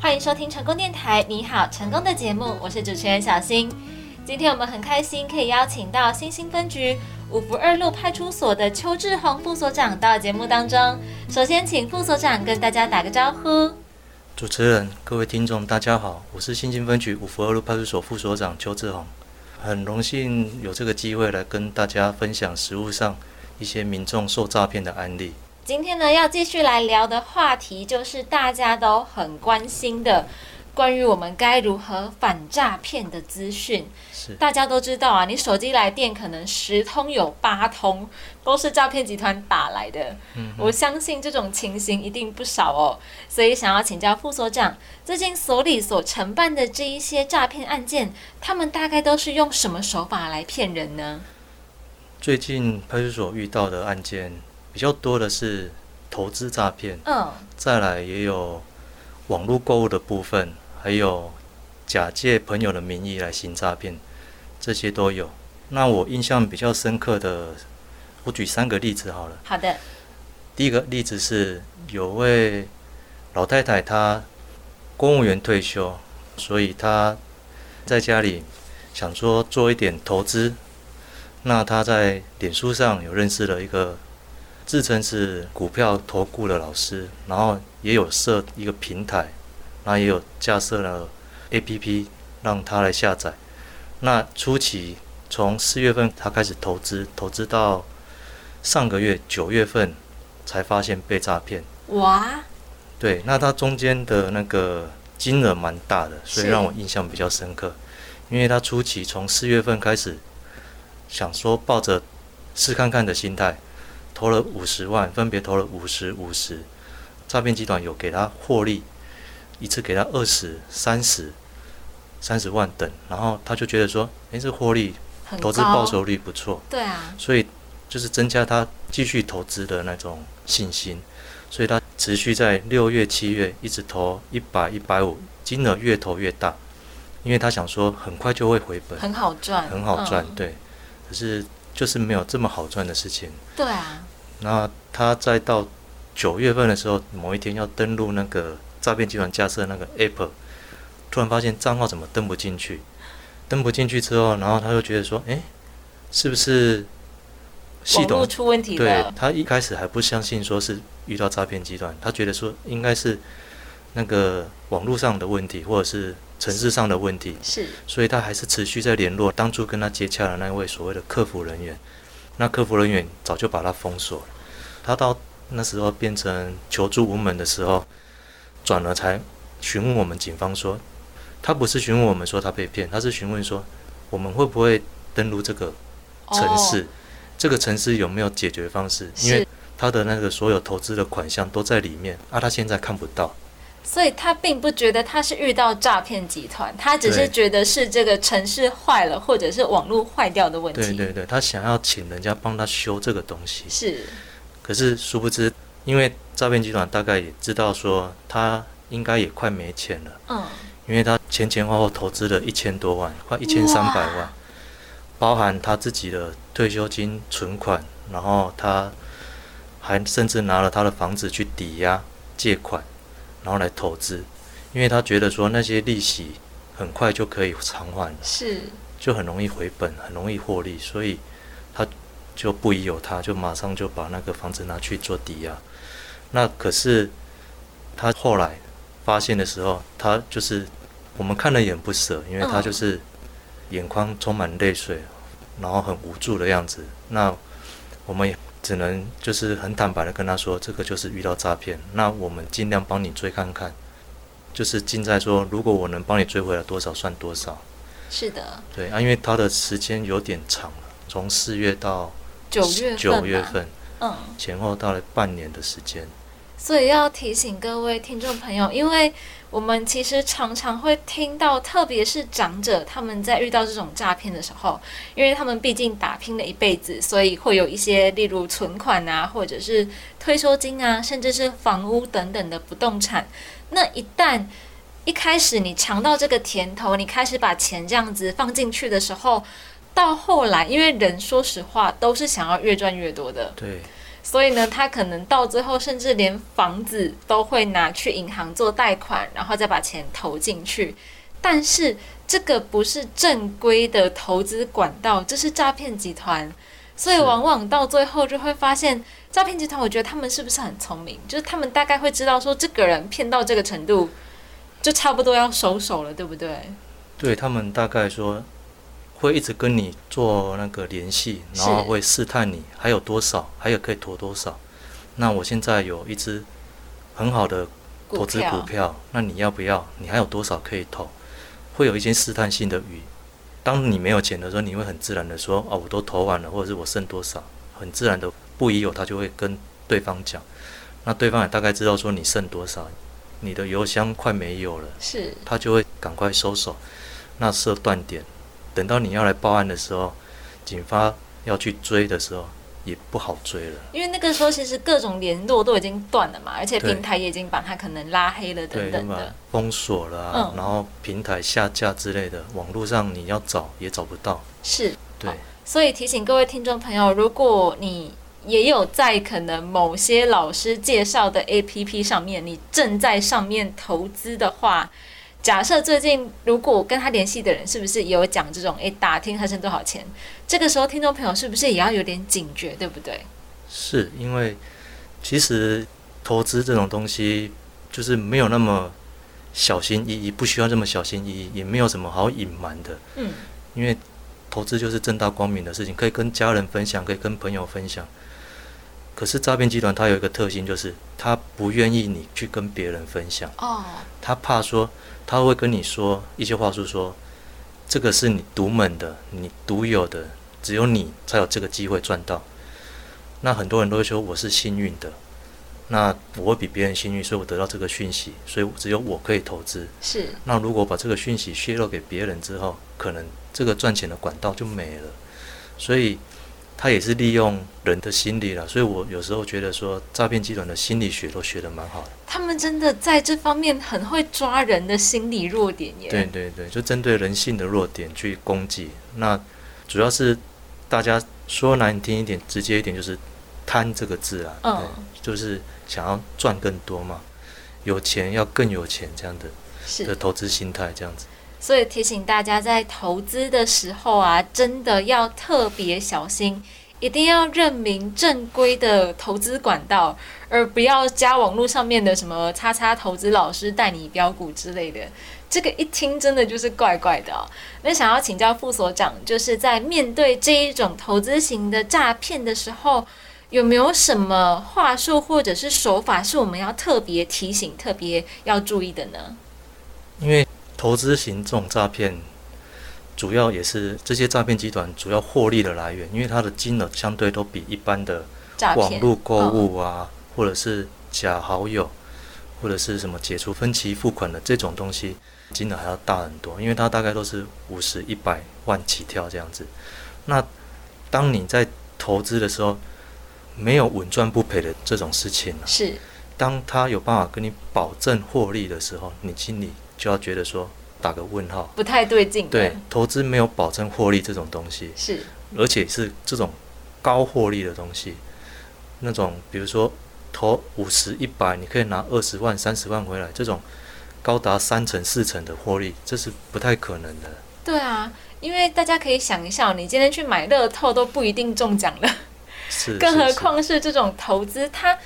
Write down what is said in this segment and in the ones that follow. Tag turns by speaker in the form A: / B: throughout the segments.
A: 欢迎收听成功电台《你好成功》的节目，我是主持人小新。今天我们很开心可以邀请到新兴分局五福二路派出所的邱志宏副所长到节目当中。首先，请副所长跟大家打个招呼。
B: 主持人、各位听众，大家好，我是新兴分局五福二路派出所副所长邱志宏，很荣幸有这个机会来跟大家分享实务上一些民众受诈骗的案例。
A: 今天呢，要继续来聊的话题就是大家都很关心的，关于我们该如何反诈骗的资讯。
B: 是
A: 大家都知道啊，你手机来电可能十通有八通都是诈骗集团打来的，
B: 嗯
A: 我相信这种情形一定不少哦。所以想要请教副所长，最近所里所承办的这一些诈骗案件，他们大概都是用什么手法来骗人呢？
B: 最近派出所遇到的案件比较多的是投资诈骗，
A: 嗯，
B: 再来也有网络购物的部分，还有假借朋友的名义来行诈骗，这些都有。那我印象比较深刻的，我举三个例子好了。
A: 好的，
B: 第一个例子是有位老太太，她公务员退休，所以她在家里想说做一点投资。那她在脸书上有认识了一个自称是股票投顾的老师，然后也有设一个平台，然后也有架设了 APP 让她来下载。那初期从四月份她开始投资，投资到上个月九月份才发现被诈骗。
A: 哇，
B: 对，那它中间的那个金额蛮大的，所以
A: 是
B: 让我印象比较深刻，因为它初期从四月份开始，想说抱着试看看的心态，投了五十万，分别投了五十、五十，诈骗集团有给他获利，一次给他二十、三十、三十万等，然后他就觉得说，诶，这获利
A: 很
B: 投资
A: 高
B: 报酬率不错，
A: 对啊，
B: 所以就是增加他继续投资的那种信心，所以他持续在六月、七月一直投一百、一百五，金额越投越大，因为他想说很快就会回本，
A: 很好赚，
B: 很好赚，
A: 嗯
B: 对。可是就是没有这么好赚的事情。
A: 对啊，
B: 那他再到九月份的时候，某一天要登录那个诈骗集团架设那个 app，突然发现账号怎么登不进去，登不进去之后，然后他就觉得说，诶，是不是系
A: 网
B: 统
A: 络出问题
B: 对
A: 了，
B: 他一开始还不相信说是遇到诈骗集团，他觉得说应该是那个网络上的问题，或者是城市上的问题，
A: 是
B: 所以他还是持续在联络当初跟他接洽的那位所谓的客服人员。那客服人员早就把他封锁了。他到那时候变成求助无门的时候，转了才询问我们警方说，他不是询问我们说他被骗，他是询问说我们会不会登录这个城市，这个城市有没有解决方式？因为
A: 哦是
B: 他的那个所有投资的款项都在里面，啊，他现在看不到。
A: 所以他并不觉得他是遇到诈骗集团，他只是
B: 对
A: 觉得是这个城市坏了，或者是网络坏掉的问题。
B: 对对对，他想要请人家帮他修这个东西，
A: 是
B: 可是殊不知，因为诈骗集团大概也知道说他应该也快没钱了，
A: 嗯，
B: 因为他前前后后投资了一千多万，快一千三百万，包含他自己的退休金存款，然后他还甚至拿了他的房子去抵押借款，然后来投资，因为他觉得说那些利息很快就可以偿还了，
A: 是
B: 就很容易回本，很容易获利，所以他就不疑有他，就马上就把那个房子拿去做抵押。那可是他后来发现的时候，他就是我们看了也很不舍，因为他
A: 嗯
B: 就是眼眶充满泪水，然后很无助的样子。那我们也只能就是很坦白的跟他说，这个就是遇到诈骗，那我们尽量帮你追看看，就是尽在说，如果我能帮你追回来多少算多少。
A: 是的，
B: 对啊，因为它的时间有点长了，从四月到
A: 九月份
B: 九月
A: 吧，
B: 份
A: 嗯，
B: 前后大概半年的时间。
A: 所以要提醒各位听众朋友，因为我们其实常常会听到，特别是长者他们在遇到这种诈骗的时候，因为他们毕竟打拼了一辈子，所以会有一些例如存款啊，或者是退休金啊，甚至是房屋等等的不动产。那一旦一开始你尝到这个甜头，你开始把钱这样子放进去的时候，到后来，因为人说实话都是想要越赚越多的，
B: 对，
A: 所以呢，他可能到最后甚至连房子都会拿去银行做贷款，然后再把钱投进去。但是这个不是正规的投资管道，这是诈骗集团。所以
B: 是
A: 往往到最后就会发现，诈骗集团，我觉得他们是不是很聪明？就是他们大概会知道说，这个人骗到这个程度，就差不多要收手了，对不对？
B: 对他们大概说会一直跟你做那个联系，
A: 是
B: 然后会试探你还有多少，还有可以投多少。那我现在有一只很好的投资股票，那你要不要？你还有多少可以投？会有一些试探性的语。当你没有钱的时候，你会很自然的说：“哦，我都投完了，或者是我剩多少。”很自然的不疑有他就会跟对方讲，那对方也大概知道说你剩多少，你的油箱快没有了。
A: 是
B: 他就会赶快收手，那设断点。等到你要来报案的时候，警方要去追的时候，也不好追了。
A: 因为那个时候其实各种联络都已经断了嘛，而且
B: 对
A: 平台也已经把他可能拉黑了等
B: 对，
A: 等
B: 把
A: 的。
B: 封锁了、啊
A: 嗯
B: 然后平台下架之类的，网络上你要找也找不到。
A: 是，
B: 对，
A: 所以提醒各位听众朋友，如果你也有在可能某些老师介绍的 APP 上面，你正在上面投资的话，假设最近如果跟他联系的人是不是也有讲这种，诶，打听他剩多少钱？这个时候听众朋友是不是也要有点警觉，对不对？
B: 是因为其实投资这种东西就是没有那么小心翼翼，不需要这么小心翼翼，也没有什么好隐瞒的。
A: 嗯，
B: 因为投资就是正大光明的事情，可以跟家人分享，可以跟朋友分享。可是诈骗集团它有一个特性，就是它不愿意你去跟别人分享，
A: 哦，
B: 它怕说他会跟你说一些话术说，这个是你独门的，你独有的，只有你才有这个机会赚到。那很多人都会说我是幸运的，那我会比别人幸运，所以我得到这个讯息，所以只有我可以投资。
A: 是
B: 那如果把这个讯息泄露给别人之后，可能这个赚钱的管道就没了。所以，他也是利用人的心理了。所以我有时候觉得说，诈骗集团的心理学都学得蛮好的。
A: 他们真的在这方面很会抓人的心理弱点耶。
B: 对对对，就针对人性的弱点去攻击。那主要是大家说难听一点、直接一点，就是贪这个字啊，
A: 嗯
B: 对就是想要赚更多嘛，有钱要更有钱这样的
A: 是
B: 的投资心态这样子。
A: 所以提醒大家，在投资的时候啊，真的要特别小心，一定要认明正规的投资管道，而不要加网络上面的什么“叉叉投资老师带你标股”之类的。这个一听真的就是怪怪的、哦。那想要请教副所长，就是在面对这一种投资型的诈骗的时候，有没有什么话术或者是手法是我们要特别提醒、特别要注意的呢？
B: 因为投资型这种诈骗，主要也是这些诈骗集团主要获利的来源，因为它的金额相对都比一般的
A: 诈
B: 网
A: 骗
B: 络购物啊，或者是假好友，或者是什么解除分期付款的这种东西，金额还要大很多，因为它大概都是五十一百万起跳这样子。那当你在投资的时候，没有稳赚不赔的这种事情、啊，
A: 是。
B: 当他有办法跟你保证获利的时候，你心里就要觉得说打个问号。
A: 不太对劲。
B: 对，，投资没有保证获利这种东西，
A: 是
B: 而且是这种高获利的东西，那种比如说投五十、一百，你可以拿二十万、三十万回来，这种高达三成、四成的获利，这是不太可能的。
A: 对啊，因为大家可以想一下哦，你今天去买乐透都不一定中奖了，
B: 是，
A: 更何
B: 是是
A: 况是这种投资，它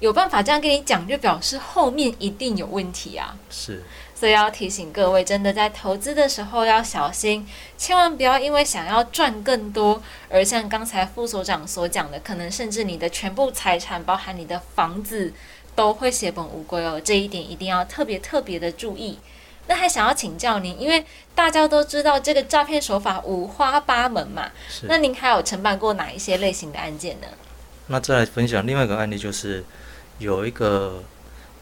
A: 有办法这样跟你讲，就表示后面一定有问题啊。
B: 是
A: 所以要提醒各位，真的在投资的时候要小心，千万不要因为想要赚更多，而像刚才副所长所讲的，可能甚至你的全部财产，包含你的房子，都会血本无归哦。这一点一定要特别特别的注意。那还想要请教您，因为大家都知道这个诈骗手法五花八门嘛，
B: 是。
A: 那您还有承办过哪一些类型的案件呢？
B: 那再来分享另外一个案例，就是有一个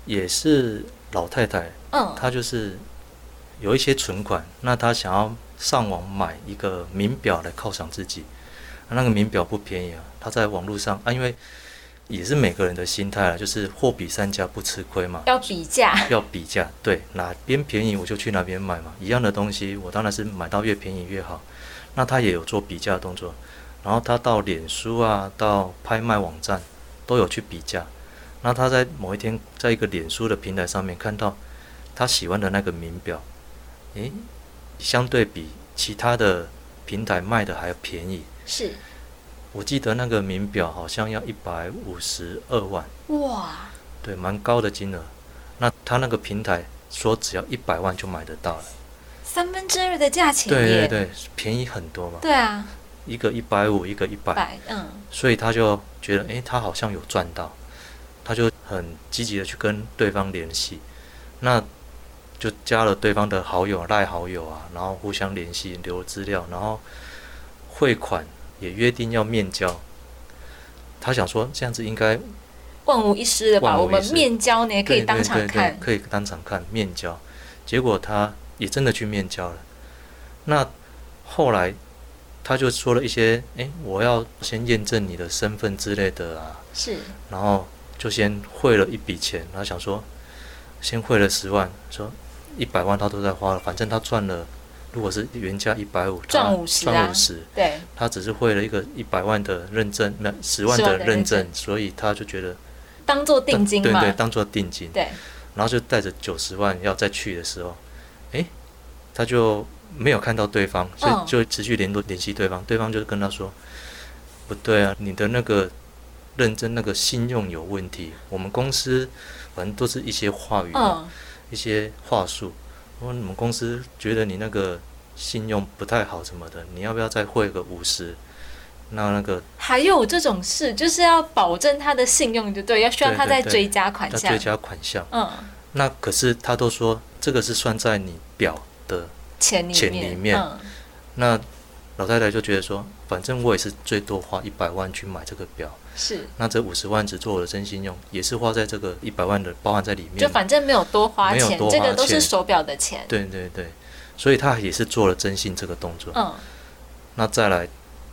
B: 也是老太太，
A: 嗯，
B: 他就是有一些存款，那他想要上网买一个名表来犒赏自己，那个名表不便宜啊，他在网络上啊，因为也是每个人的心态啊，就是货比三家不吃亏嘛，
A: 要比价，
B: 要比价，对，哪边便宜我就去哪边买嘛，一样的东西我当然是买到越便宜越好。那他也有做比价的动作，然后他到脸书啊，到拍卖网站都有去比价。那他在某一天，在一个脸书的平台上面看到他喜欢的那个名表，诶，相对比其他的平台卖的还要便宜。
A: 是
B: 我记得那个名表好像要一百五十二万，
A: 哇，
B: 对，蛮高的金额。那他那个平台说只要一百万就买得到了，
A: 三分之二的价钱
B: 对
A: 耶，
B: 对对，便宜很多嘛，
A: 对啊，
B: 一个一百五，一个一百，
A: 百嗯
B: 所以他就觉得，诶，他好像有赚到，他就很积极的去跟对方联系，那就加了对方的好友、赖好友啊，然后互相联系、留资料，然后汇款也约定要面交。他想说这样子应该
A: 万无一失的吧？
B: 万无一
A: 我们
B: 失
A: 面交呢可以
B: 对
A: 当
B: 对
A: 场
B: 对对
A: 看，
B: 可以当场看面交。结果他也真的去面交了。那后来他就说了一些，诶，我要先验证你的身份之类的啊，
A: 是
B: 然后就先汇了一笔钱，然后想说先汇了十万，说一百万他都在花了，反正他赚了，如果是原价一百五，
A: 赚
B: 他
A: 50啊
B: 赚五十，
A: 对
B: 他只是汇了一个一百万的认证，那十万
A: 10万
B: 的
A: 的认
B: 认证
A: 证，
B: 所以他就觉得
A: 当做定金
B: 对
A: 嘛，
B: 对，当做定金，
A: 对
B: 然后就带着九十万要再去的时候，诶，他就没有看到对方，所
A: 嗯
B: 以就持续联络联系对方，对方就跟他说，不对啊，你的那个认真那个信用有问题，我们公司反正都是一些话语嘛、
A: 嗯
B: 一些话术，我们公司觉得你那个信用不太好什么的，你要不要再汇个五十？那那个
A: 还有这种事，就是要保证他的信用，就对，要需要
B: 对
A: 他
B: 对
A: 再
B: 对
A: 追加款
B: 要
A: 项
B: 追，加款项，
A: 嗯，
B: 那可是他都说这个是算在你表的
A: 钱里
B: 钱
A: 面，
B: 里面
A: 嗯，
B: 那老太太就觉得说，反正我也是最多花一百万去买这个表，
A: 是，
B: 那这五十万只做我的真心用，也是花在这个一百万的包含在里
A: 就
B: 面。
A: 反正没有多花
B: 没有
A: 钱，
B: 多花
A: 这个都是
B: 钱
A: 手表的钱，
B: 对对对，所以她也是做了真心这个动作。
A: 嗯，
B: 那再来，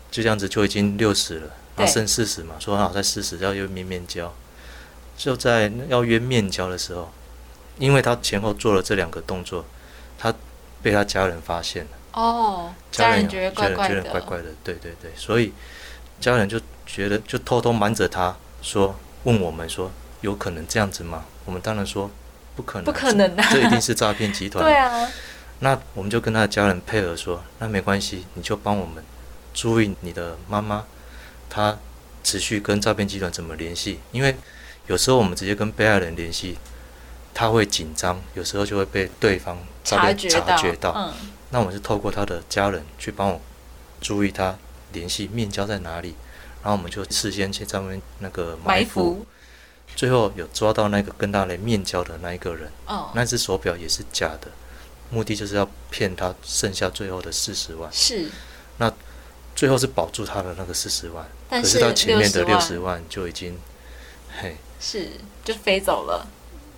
B: 就这样子就已经六十了，
A: 对
B: 那剩四十嘛，说好在四十要约面面交，就在要约面交的时候，因为她前后做了这两个动作，她被她家人发现了。
A: 哦，
B: 家人
A: 人
B: 有
A: 觉得怪怪
B: 觉
A: 的，哦
B: 得怪怪的，对对对，所以家人就觉得就偷偷瞒着他说，问我们说有可能这样子吗？我们当然说不可能，
A: 不可能啊
B: 这这一定是诈骗集团。
A: 对啊，
B: 那我们就跟他的家人配合说，那没关系，你就帮我们注意你的妈妈，她持续跟诈骗集团怎么联系，因为有时候我们直接跟被害人联系。他会紧张，有时候就会被对方诈
A: 察
B: 骗
A: 觉
B: 察觉到，
A: 嗯，
B: 那我们是透过他的家人去帮我注意他联系面交在哪里，然后我们就事先去上面那个埋
A: 埋
B: 伏，
A: 伏，
B: 最后有抓到那个跟他来面交的那一个人，
A: 哦，
B: 那只手表也是假的，目的就是要骗他剩下最后的四十万，
A: 是，
B: 最后是保住他的那个四十万，
A: 但
B: 可是他前面的
A: 六
B: 六
A: 十
B: 十
A: 万
B: 万就已经，嘿，
A: 是就飞走了，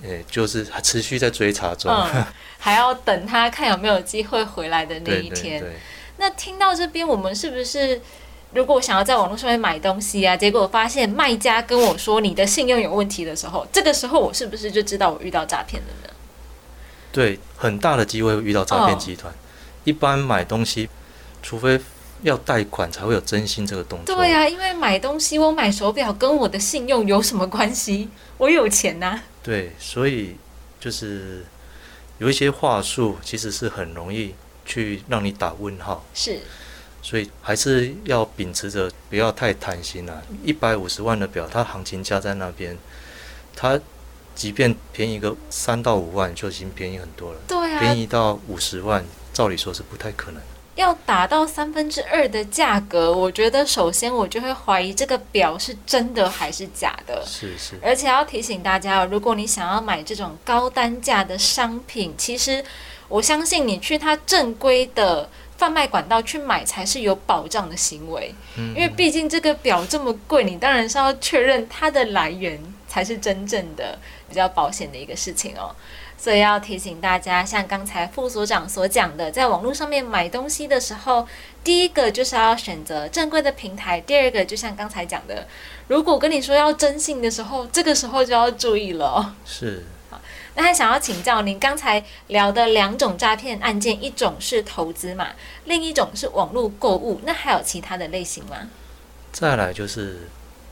B: 诶、就是还持续在追查中，
A: 嗯， 还要等他看有没有机会回来的那
B: 对
A: 一
B: 对
A: 天。
B: 对，
A: 那听到这边，我们是不是如果想要在网络上面买东西啊，结果发现卖家跟我说你的信用有问题的时候，这个时候我是不是就知道我遇到诈骗了呢？
B: 对，很大的机会会遇到诈骗
A: 哦
B: 集团。一般买东西，除非要贷款才会有征信这个动作。
A: 对呀、因为买东西，我买手表跟我的信用有什么关系？我有钱呐、
B: 对所以就是有一些话术其实是很容易去让你打问号，
A: 是
B: 所以还是要秉持着不要太贪心啦、一百五十万的表，它行情价在那边，它即便便宜个三到五万就已经便宜很多了，
A: 对啊呀、
B: 便宜到五十万，照理说是不太可能。
A: 要打到三分之二的价格，我觉得首先我就会怀疑这个表是真的还是假的。
B: 是是，
A: 而且要提醒大家，如果你想要买这种高单价的商品，其实我相信你去它正规的贩卖管道去买才是有保障的行为，
B: 嗯，
A: 因为毕竟这个表这么贵，你当然是要确认它的来源才是真正的比较保险的一个事情哦。所以要提醒大家，像刚才副所长所讲的，在网络上面买东西的时候，第一个就是要选择正规的平台，第二个就像刚才讲的，如果跟你说要征信的时候，这个时候就要注意了 哦、
B: 是。
A: 那还想要请教您，刚才聊的两种诈骗案件，一种是投资嘛，另一种是网络购物，那还有其他的类型吗？
B: 再来就是，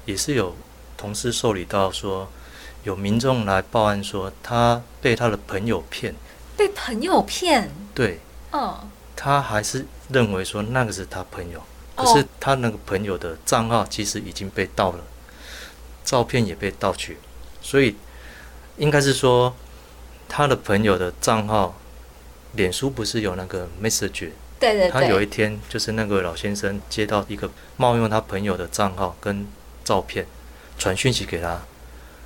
B: 也是有同事受理到说，有民众来报案说他被他的朋友骗，
A: 被朋友骗，
B: 对
A: 嗯，
B: 他还是认为说那个是他朋友，可
A: 哦
B: 是他那个朋友的账号其实已经被盗了，照片也被盗取，所以应该是说他的朋友的账号，脸书不是有那个 message，
A: 对对
B: 他有一
A: 对，
B: 天就是那个老先生接到一个冒用他朋友的账号跟照片传讯息给他，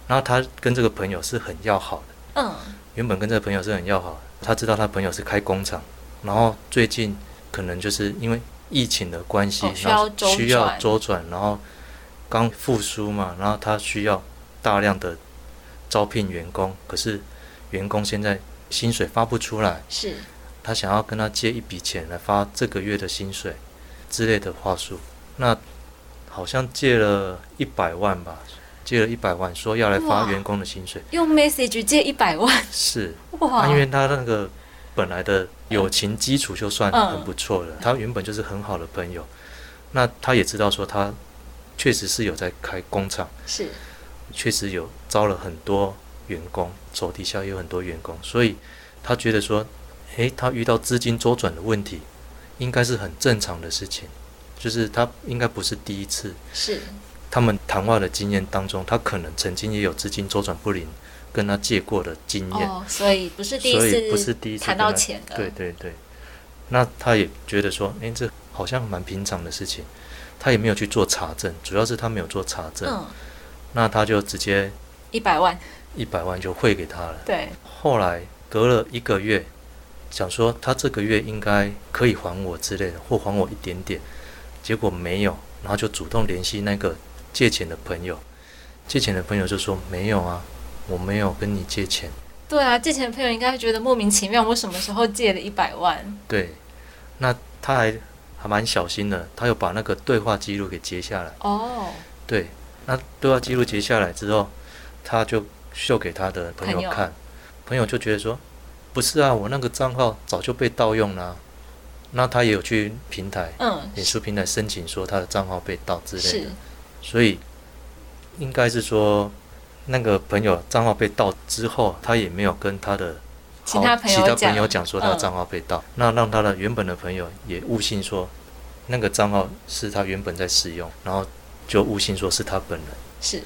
B: 然后他跟这个朋友是很要好的。
A: 嗯，
B: 原本跟这个朋友是很要好的，他知道他朋友是开工厂，然后最近可能就是因为疫情的关系，
A: 哦需要
B: 然后
A: 周转
B: 需要周转，然后刚复苏嘛，然后他需要大量的招聘员工，可是员工现在薪水发不出来，
A: 是，
B: 他想要跟他借一笔钱来发这个月的薪水之类的话术，那好像借了一百万吧，借了一百万说要来
A: 哇
B: 发员工的薪水，
A: 用 message 借一百万，
B: 是。 啊
A: 哇，
B: 那因为他那个本来的友情基础就算
A: 嗯
B: 很不错了，他原本就是很好的朋友，那他也知道说他确实是有在开工厂，
A: 是
B: 确实有招了很多员工，手底下也有很多员工，所以他觉得说，诶，他遇到资金周转的问题，应该是很正常的事情，就是他应该不是第一次，
A: 是，
B: 他们谈话的经验当中，他可能曾经也有资金周转不灵跟他借过的经验。
A: 哦，所以不是第一
B: 嗯所以
A: 次，
B: 不是第一次
A: 谈
B: 跟
A: 到
B: 他
A: 钱的，
B: 对对对，那他也觉得说，诶，这好像蛮平常的事情，他也没有去做查证，主要是他没有做查证，
A: 嗯，
B: 那他就直接
A: 一百万，
B: 一百万就汇给他了。
A: 对，
B: 后来隔了一个月，想说他这个月应该可以还我之类的，或还我一点点，结果没有，然后就主动联系那个借钱的朋友，借钱的朋友就说没有啊，我没有跟你借钱。
A: 对啊，借钱的朋友应该会觉得莫名其妙，我什么时候借了一百万？
B: 对，那他还还蛮小心的，他又把那个对话记录给截下来。
A: 哦，
B: 对，那对话记录截下来之后，他就秀给他的朋
A: 朋
B: 友
A: 友
B: 看，朋友就觉得说，不是啊，我那个账号早就被盗用了啊、那他也有去平台，
A: 嗯，
B: 脸书平台申请说他的账号被盗之类
A: 是
B: 的，，所以应该是说那个朋友账号被盗之后，他也没有跟他的
A: 其他
B: 好
A: 朋友
B: 其他
A: 讲
B: 朋友讲说他的
A: 嗯
B: 账号被盗，那让他的原本的朋友也误信说那个账号是他原本在使用，然后就误信说是他本人。
A: 是。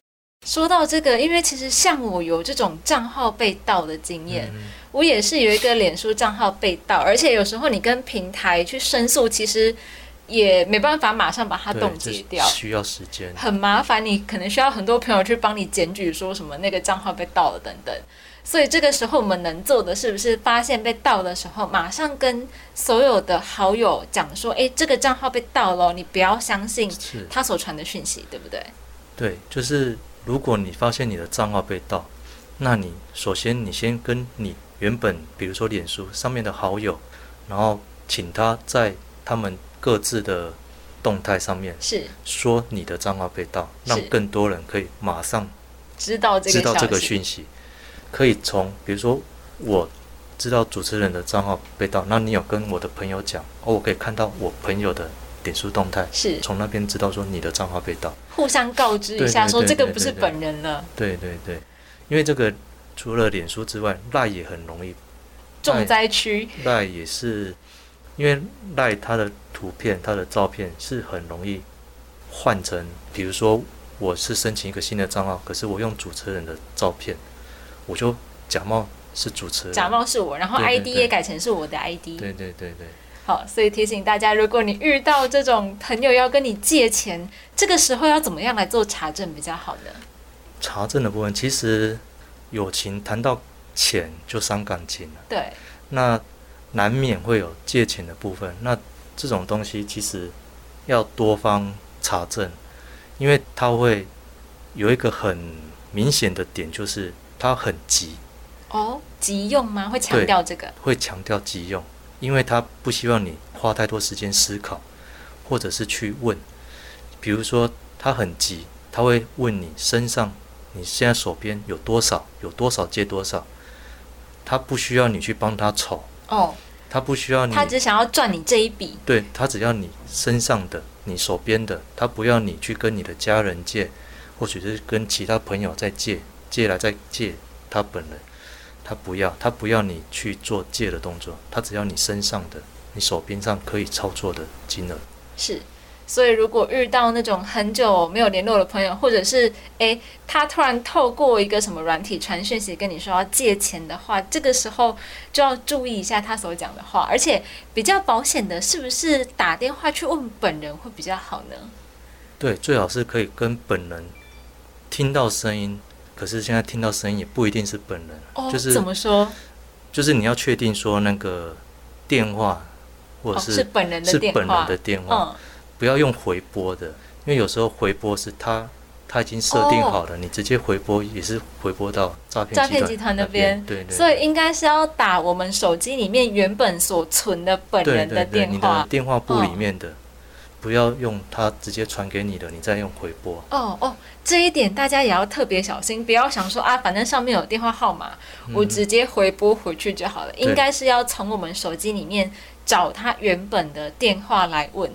A: 说到这个，因为其实像我有这种账号被盗的经验，
B: 嗯
A: 我也是有一个脸书账号被盗，而且有时候你跟平台去申诉，其实也没办法马上把它
B: 对
A: 冻
B: 这
A: 结掉，
B: 需要时间。
A: 很麻烦。你可能需要很多朋友去帮你检举，说什么那个账号被盗了等等。所以这个时候我们能做的，是不是发现被盗的时候，马上跟所有的好友讲说，诶，这个账号被盗了，你不要相信
B: 是，
A: 他所传的讯息，对不对？
B: 对，就是如果你发现你的账号被盗，那你首先你先跟你原本比如说脸书上面的好友，然后请他在他们各自的动态上面
A: 是
B: 说你的账号被盗，让
A: 是
B: 更多人可以马上
A: 知道这个
B: 知道这
A: 消
B: 个
A: 息
B: 讯息，可以从比如说我知道主持人的账号被盗，那你有跟我的朋友讲，哦，我可以看到我朋友的点数动态，
A: 是
B: 从那边知道说你的账号被盗。
A: 互相告知一
B: 对
A: 下，
B: 对
A: 说
B: 对
A: 这个
B: 对
A: 不
B: 对
A: 是
B: 对
A: 本人了，
B: 对对对，因为这个除了脸书之外，赖也很容易，
A: 重灾区。
B: 赖也是因为赖它的图片、它的照片是很容易换成，比如说我是申请一个新的账号，可是我用主持人的照片，我就假冒是主持人，
A: 假冒是我，然后
B: 对对
A: ID
B: 对
A: 也改成是我的 ID。
B: 对对对对，
A: 好，所以提醒大家，如果你遇到这种朋友要跟你借钱，这个时候要怎么样来做查证比较好呢？
B: 查证的部分，其实友情谈到钱就伤感情了，
A: 对，
B: 那难免会有借钱的部分。那这种东西其实要多方查证，因为他会有一个很明显的点，就是他很急，
A: 哦，急用吗？会强调这个
B: 会强调急用，因为他不希望你花太多时间思考，或者是去问。比如说，他很急，他会问你身上你现在手边有多少，有多少借多少，他不需要你去帮他筹，
A: 哦，
B: 他不需要你，
A: 他只想要赚你这一笔，
B: 对他只要你身上的、你手边的，他不要你去跟你的家人借，或许是跟其他朋友在借，借来再借他本人，他不要，他不要你去做借的动作，他只要你身上的，你手边上可以操作的金额。
A: 是。所以，如果遇到那种很久没有联络的朋友，或者是诶，他突然透过一个什么软体传讯息跟你说要借钱的话，这个时候就要注意一下他所讲的话，而且比较保险的，是不是打电话去问本人会比较好呢？
B: 对，最好是可以跟本人听到声音，可是现在听到声音也不一定是本人，啊
A: 哦，
B: 就是
A: 怎么说？
B: 就是你要确定说那个电话或
A: 哦，
B: 者
A: 是
B: 是
A: 本人的
B: 是
A: 电
B: 本人
A: 话，
B: 的电话，
A: 嗯，
B: 不要用回拨的，因为有时候回拨是他他已经设定好了，你直接回拨也是回拨到诈骗
A: 哦诈骗集
B: 集
A: 团
B: 团
A: 那
B: 边
A: 边，
B: 对对，
A: 所以应该是要打我们手机里面原本所存的本
B: 对
A: 人
B: 对
A: 的
B: 对，你
A: 电
B: 的
A: 话。
B: 电话簿
A: 嗯
B: 里面的，不要用他直接传给你的，你再用回拨。
A: 哦哦，这一点大家也要特别小心，不要想说啊，反正上面有电话号码，
B: 嗯
A: 我直接回拨回去就好了。应该是要从我们手机里面找他原本的电话来问，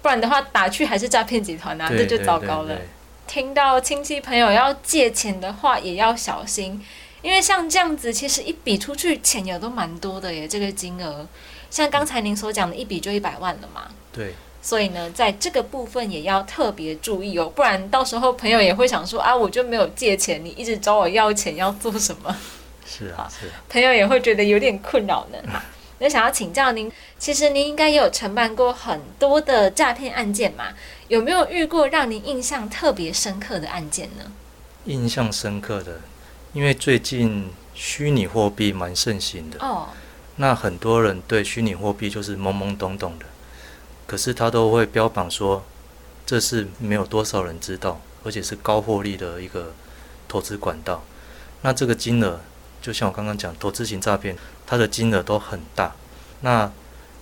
A: 不然的话打去还是诈骗集团啊，
B: 对
A: 这
B: 对
A: 就
B: 对
A: 糟糕了
B: 对。
A: 听到亲戚朋友要借钱的话，也要小心，因为像这样子，其实一笔出去钱也都蛮多的耶，这个金额。像刚才您所讲的，一笔就一百万了嘛，
B: 对，
A: 所以呢，在这个部分也要特别注意哦，不然到时候朋友也会想说啊，我就没有借钱，你一直找我要钱，要做什么？
B: 是啊是啊，
A: 朋友也会觉得有点困扰呢。好那想要请教您，其实您应该也有承办过很多的诈骗案件嘛，有没有遇过让您印象特别深刻的案件呢？
B: 印象深刻的，因为最近虚拟货币蛮盛行的，
A: 哦，
B: 那很多人对虚拟货币就是懵懵懂懂的，可是他都会标榜说这是没有多少人知道，而且是高获利的一个投资管道。那这个金额，就像我刚刚讲，投资型诈骗，它的金额都很大，那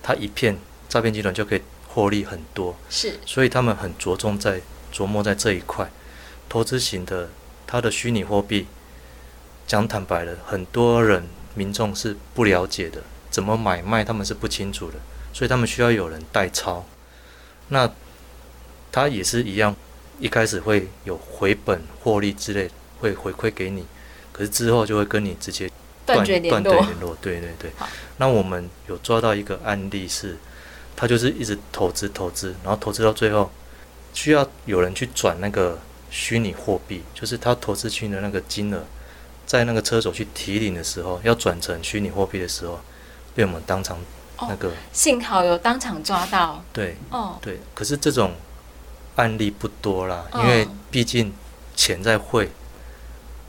B: 它一片诈骗集团就可以获利很多，
A: 是
B: 所以他们很着重在琢磨在这一块。投资型的，它的虚拟货币，讲坦白了，很多人民众是不了解的，怎么买卖他们是不清楚的，所以他们需要有人代操。那他也是一样，一开始会有回本获利之类，会回馈给你，可是之后就会跟你直接
A: 断绝联
B: 断对
A: 络，
B: 联络，对对对
A: 好。
B: 那我们有抓到一个案例是，他就是一直投资投资，然后投资到最后需要有人去转那个虚拟货币，就是他投资去的那个金额，在那个车手去提领的时候，要转成虚拟货币的时候，被我们当场那
A: 哦
B: 个、
A: 幸好有当场抓到。
B: 对
A: 哦，
B: 对。可是这种案例不多啦，
A: 嗯
B: 因为毕竟钱在汇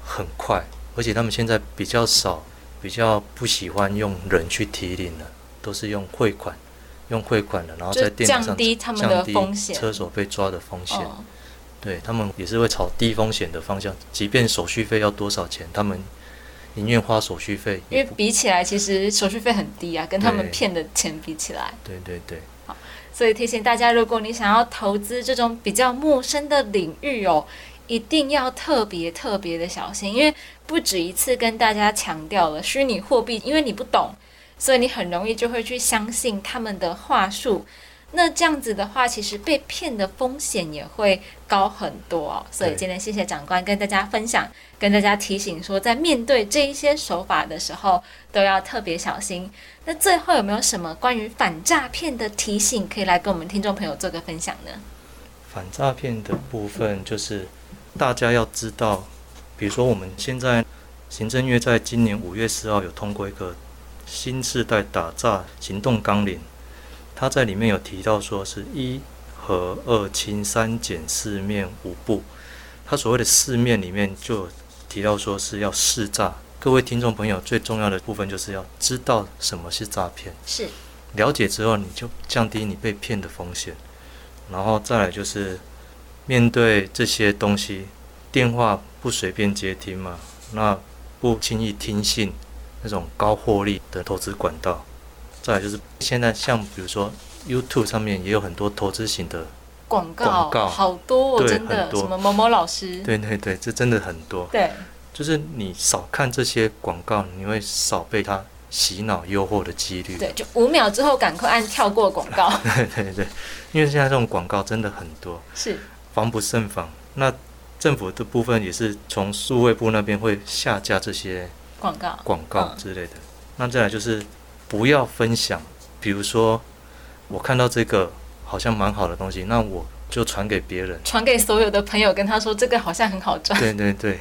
B: 很快，而且他们现在比较少，比较不喜欢用人去提领了，都是用汇款，用汇款了，然后在
A: 就
B: 电脑上
A: 降低他们
B: 降
A: 的
B: 低
A: 风险。
B: 车手被抓的风险。
A: 哦，
B: 对他们也是会朝低风险的方向，即便手续费要多少钱，他们宁愿花手续费
A: 因
B: 也
A: 为
B: 不。
A: 比起来，其实手续费很低啊，跟他们
B: 对
A: 骗的钱比起来。
B: 对对对，
A: 所以提醒大家，如果你想要投资这种比较陌生的领域哦，一定要特别特别的小心，因为不止一次跟大家强调了，虚拟货币，因为你不懂，所以你很容易就会去相信他们的话术。那这样子的话，其实被骗的风险也会高很多哦。所以
B: 对
A: 今天谢谢长官跟大家分享，跟大家提醒说，在面对这一些手法的时候，都要特别小心。那最后有没有什么关于反诈骗的提醒，可以来跟我们听众朋友做个分享呢？
B: 反诈骗的部分就是大家要知道，比如说我们现在行政院在今年五月四号有通过一个新世代打诈行动纲领，它在里面有提到说是一和二清三减四面五步，它所谓的四面里面就有提到说是要试诈。各位听众朋友，最重要的部分就是要知道什么是诈骗。
A: 是
B: 了解之后，你就降低你被骗的风险。然后再来就是面对这些东西，电话不随便接听嘛，那不轻易听信那种高获利的投资管道。再来就是现在像比如说 YouTube 上面也有很多投资型的，
A: 广告
B: 广告
A: 好多、哦，
B: 对
A: 真的
B: 很多
A: 什么某某老师，
B: 对对对，这真的很多。
A: 对
B: 就是你少看这些广告，你会少被它洗脑诱惑的几率。
A: 对就五秒之后赶快按跳过广告，
B: 对对对，因为现在这种广告真的很多。
A: 是
B: 防不胜防。那政府的部分也是从数位部那边会下架这些
A: 广告，
B: 广告
A: 嗯。
B: 之类的。那再来就是不要分享，比如说我看到这个好像蛮好的东西，那我就传给别人
A: 传给所有的朋友，跟他说这个好像很好赚，
B: 对对对，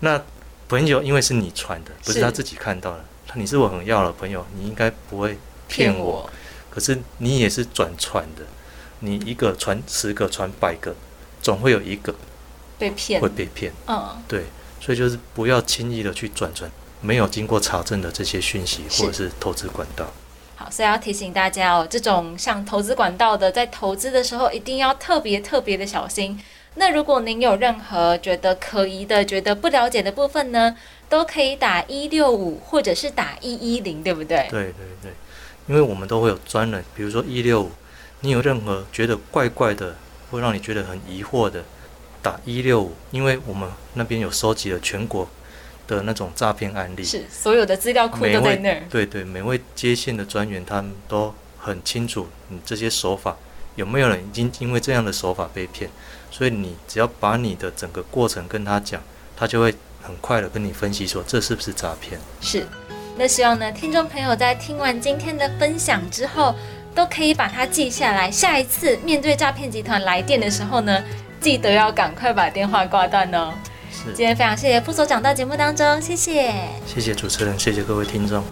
B: 那朋友因为是你传的，不是
A: 是
B: 他自己看到的，那你是我很要的朋友，你应该不会骗我。
A: 我，
B: 可是你也是转传的，你一个传十个，传百个，总会有一个
A: 被骗
B: 会，被骗。
A: 嗯，
B: 对，所以就是不要轻易的去转传没有经过查证的这些讯息
A: 是
B: 或者是投资管道。
A: 好，所以要提醒大家哦，这种像投资管道的，在投资的时候一定要特别特别的小心。那如果您有任何觉得可疑的、觉得不了解的部分呢，都可以打一六五或者是打一一零，对不对？
B: 对对对，因为我们都会有专人，比如说一六五，你有任何觉得怪怪的，或让你觉得很疑惑的，打一六五，因为我们那边有收集了全国的那种诈骗案例。
A: 是所有的资料库
B: 每
A: 都在
B: 位
A: 那儿。
B: 对对，每位接线的专员他们都很清楚你这些手法有没有人已经因为这样的手法被骗，所以你只要把你的整个过程跟他讲，他就会很快的跟你分析说这是不是诈骗。
A: 是，那希望呢，听众朋友在听完今天的分享之后，都可以把它记下来。下一次面对诈骗集团来电的时候呢，记得要赶快把电话挂断哦。
B: 是
A: 今，天非常谢谢副所长到节目当中，谢谢。
B: 谢谢主持人，谢谢各位听众。